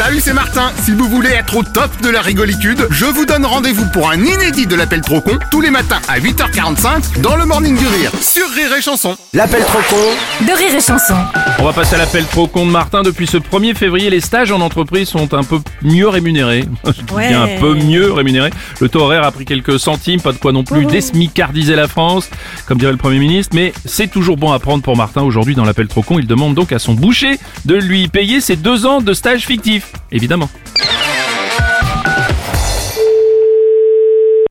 Salut, c'est Martin. Si vous voulez être au top de la rigolitude, je vous donne rendez-vous pour un inédit de l'appel trop con tous les matins à 8h45 dans le Morning du Rire sur Rire et Chanson. L'appel trop con de rire et chanson. On va passer à l'appel trop con de Martin. Depuis ce 1er février, les stages en entreprise sont un peu mieux rémunérés. Je dis Ouais. bien un peu mieux rémunérés. Le taux horaire a pris quelques centimes, pas de quoi non plus désmicardiser la France, comme dirait le Premier ministre. Mais c'est toujours bon à prendre pour Martin. Aujourd'hui, dans l'appel trop con, il demande donc à son boucher de lui payer ses deux ans de stage fictif. Évidemment.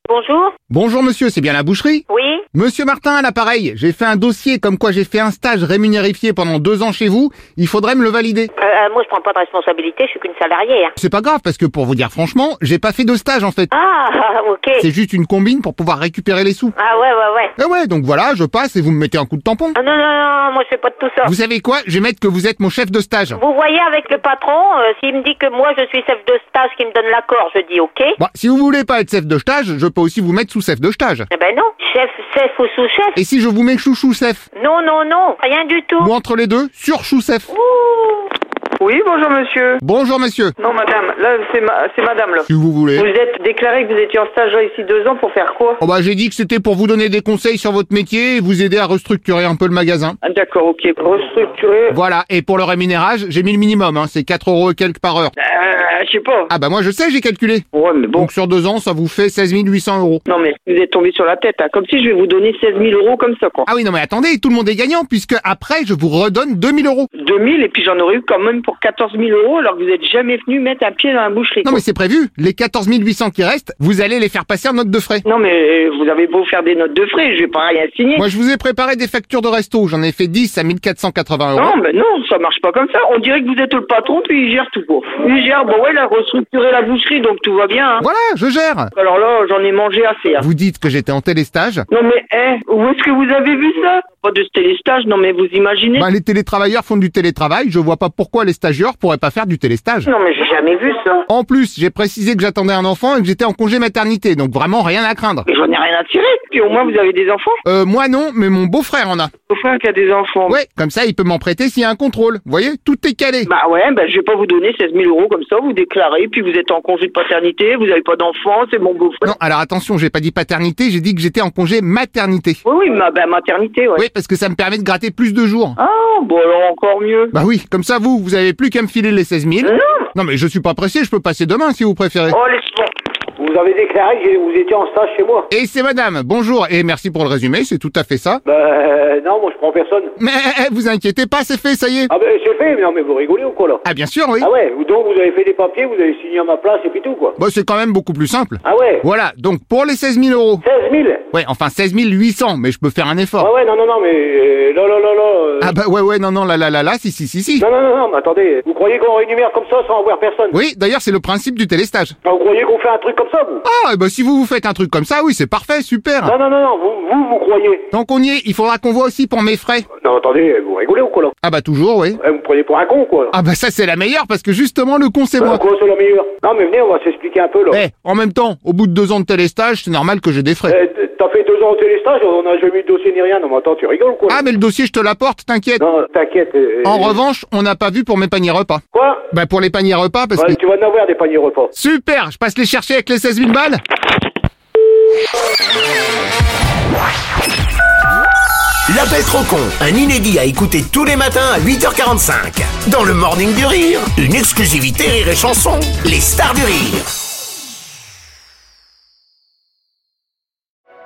Bonjour. Bonjour monsieur, c'est bien la boucherie Oui. Monsieur Martin à l'appareil, j'ai fait un dossier comme quoi j'ai fait un stage rémunérifié pendant deux ans chez vous, il faudrait me le valider. Euh, euh, moi, je prends pas de responsabilité. Je suis qu'une salariée. hein. C'est pas grave parce que pour vous dire franchement, j'ai pas fait de stage en fait. Ah, ok. C'est juste une combine pour pouvoir récupérer les sous. Ah ouais, ouais, ouais. Ah ouais, donc voilà, je passe et vous me mettez un coup de tampon. Ah, non, non, non. Moi, je fais pas de tout ça. Vous savez quoi Je vais mettre que vous êtes mon chef de stage. Vous voyez avec le patron, euh, s'il me dit que moi je suis chef de stage qui me donne l'accord, je dis ok. Bon, si vous voulez pas être chef de stage, je peux aussi vous mettre sous chef de stage. Eh ben non, chef, chef ou sous-chef. Et si je vous mets chouchou chef Non, non, non, rien du tout. Ou entre les deux, sur chouchef. Oui, bonjour monsieur. Bonjour monsieur. Non madame, là c'est ma... c'est madame là. Si vous Vous voulez. êtes déclaré que vous étiez en stage là, ici deux ans pour faire quoi Oh bah j'ai dit que c'était pour vous donner des conseils sur votre métier et vous aider à restructurer un peu le magasin. ah, D'accord, ok. Restructurer Voilà, et pour le rémunérage, j'ai mis le minimum, hein, c'est 4 euros et quelques par heure. euh, Je sais pas. Ah bah moi je sais, j'ai calculé. Ah, Ouais, mais bon. Donc sur deux ans, ça vous fait 16 800 euros. Non mais vous êtes tombé sur la tête, hein. comme si je vais vous donner 16 000 euros comme ça quoi. Ah oui, non mais attendez, tout le monde est gagnant, puisque après, je vous redonne 2000 euros. 2000 et puis j'en aurais eu quand même pour 14 000 euros alors que vous êtes jamais venu mettre un pied dans la boucherie. Non quoi. mais c'est prévu, les 14 800 qui restent, vous allez les faire passer en note de frais. Non, mais euh, vous avez beau faire des notes de frais, je vais pas rien signer. Moi je vous ai préparé des factures de resto, j'en ai fait 10 à 1480 euros. Non, mais non, ça marche pas comme ça. On dirait que vous êtes le patron, puis il gère tout quoi. Il gère, bon ouais, il a restructuré la boucherie, donc tout va bien. hein. Voilà, je gère. Alors là, j'en ai mangé assez. hein. Vous dites que j'étais en téléstage. Non mais, eh, où est-ce que vous avez vu ça Pas de téléstage, non mais vous imaginez Bah, les télétravailleurs font du télétravail, je vois pas pourquoi les stagiaires pourraient pas faire du téléstage. Non mais j'ai jamais vu ça. En plus, j'ai précisé que j'attendais un enfant et que j'étais en congé maternité, donc vraiment rien à craindre. Mais J'en ai rien à tirer. Puis au moins vous avez des enfants. Euh, moi non, mais mon beau-frère en a. Vos frères qui a des enfants. Ouais, comme ça il peut m'en prêter s'il y a un contrôle. Vous voyez, tout est calé. Bah ouais, bah je vais pas vous donner 16 000 euros comme ça, vous déclarez, puis vous êtes en congé de paternité, vous avez pas d'enfants, c'est mon Non, beau-frère. alors attention, j'ai pas dit paternité, j'ai dit que j'étais en congé maternité. Oui, oui, ma bah, maternité, ouais. Oui, parce que ça me permet de gratter plus de jours. Ah, bon alors encore mieux. Bah oui, comme ça vous, vous avez plus qu'à me filer les 16 000. Non Non mais je suis pas pressé, je peux passer demain si vous préférez. Oh, laisse-moi. Vous avez déclaré que vous étiez en stage chez moi. Et c'est madame, bonjour, et merci pour le résumé, c'est tout à fait ça. Ben euh, non, moi je prends personne. Mais eh, vous inquiétez pas, c'est fait, ça y est. Ah ben c'est fait, mais non mais vous rigolez ou quoi là Ah bien sûr, oui. Ah ouais, vous- donc vous avez fait des papiers, vous avez signé à ma place et puis tout quoi. Bah, c'est quand même beaucoup plus simple. Ah ouais, Voilà, donc pour les 16 000 euros. 16 000 Ouais, enfin 16 800, mais je peux faire un Ah effort. ouais, non, non, non, mais euh, là, là, là, là. euh, Ah bah ouais, ouais, non, non, là, là, là, là, si, si, si, si. Non, non, non, non, mais attendez, vous croyez qu'on rémunère comme ça sans avoir personne Oui, d'ailleurs, c'est le principe du télestage. Ah, Vous croyez qu'on fait un truc comme ça, vous Ah, et bah si vous vous faites un truc comme ça, oui, c'est parfait, super. Non, non, non, non, vous, vous, vous croyez Donc on y est, il faudra qu'on voit aussi pour mes frais. Non, attendez, vous rigolez ou quoi là Ah bah toujours, oui. Eh, Vous me prenez pour un con quoi là Ah bah ça, c'est la meilleure, parce que justement, le con, c'est Ah, moi. Quoi, c'est la meilleure Non, mais venez, on va s'expliquer un peu là. Eh, en même temps, au bout de deux ans de télestage, c'est normal que j'ai des frais. Eh, t- T'as fait deux ans au téléstage, on n'a jamais eu de dossier ni rien. Non, mais attends, tu rigoles ou quoi là Ah, mais le dossier, je te l'apporte, t'inquiète. Non, t'inquiète. euh, En euh, revanche, on n'a pas vu pour mes paniers repas. Quoi Bah pour les paniers repas, parce que... Ouais, Tu vas en avoir des paniers repas. Super, je passe les chercher avec les 16 000 balles L'appel trop con, un inédit à écouter tous les matins à 8h45. Dans le Morning du Rire, une exclusivité Rire et Chanson, les stars du rire.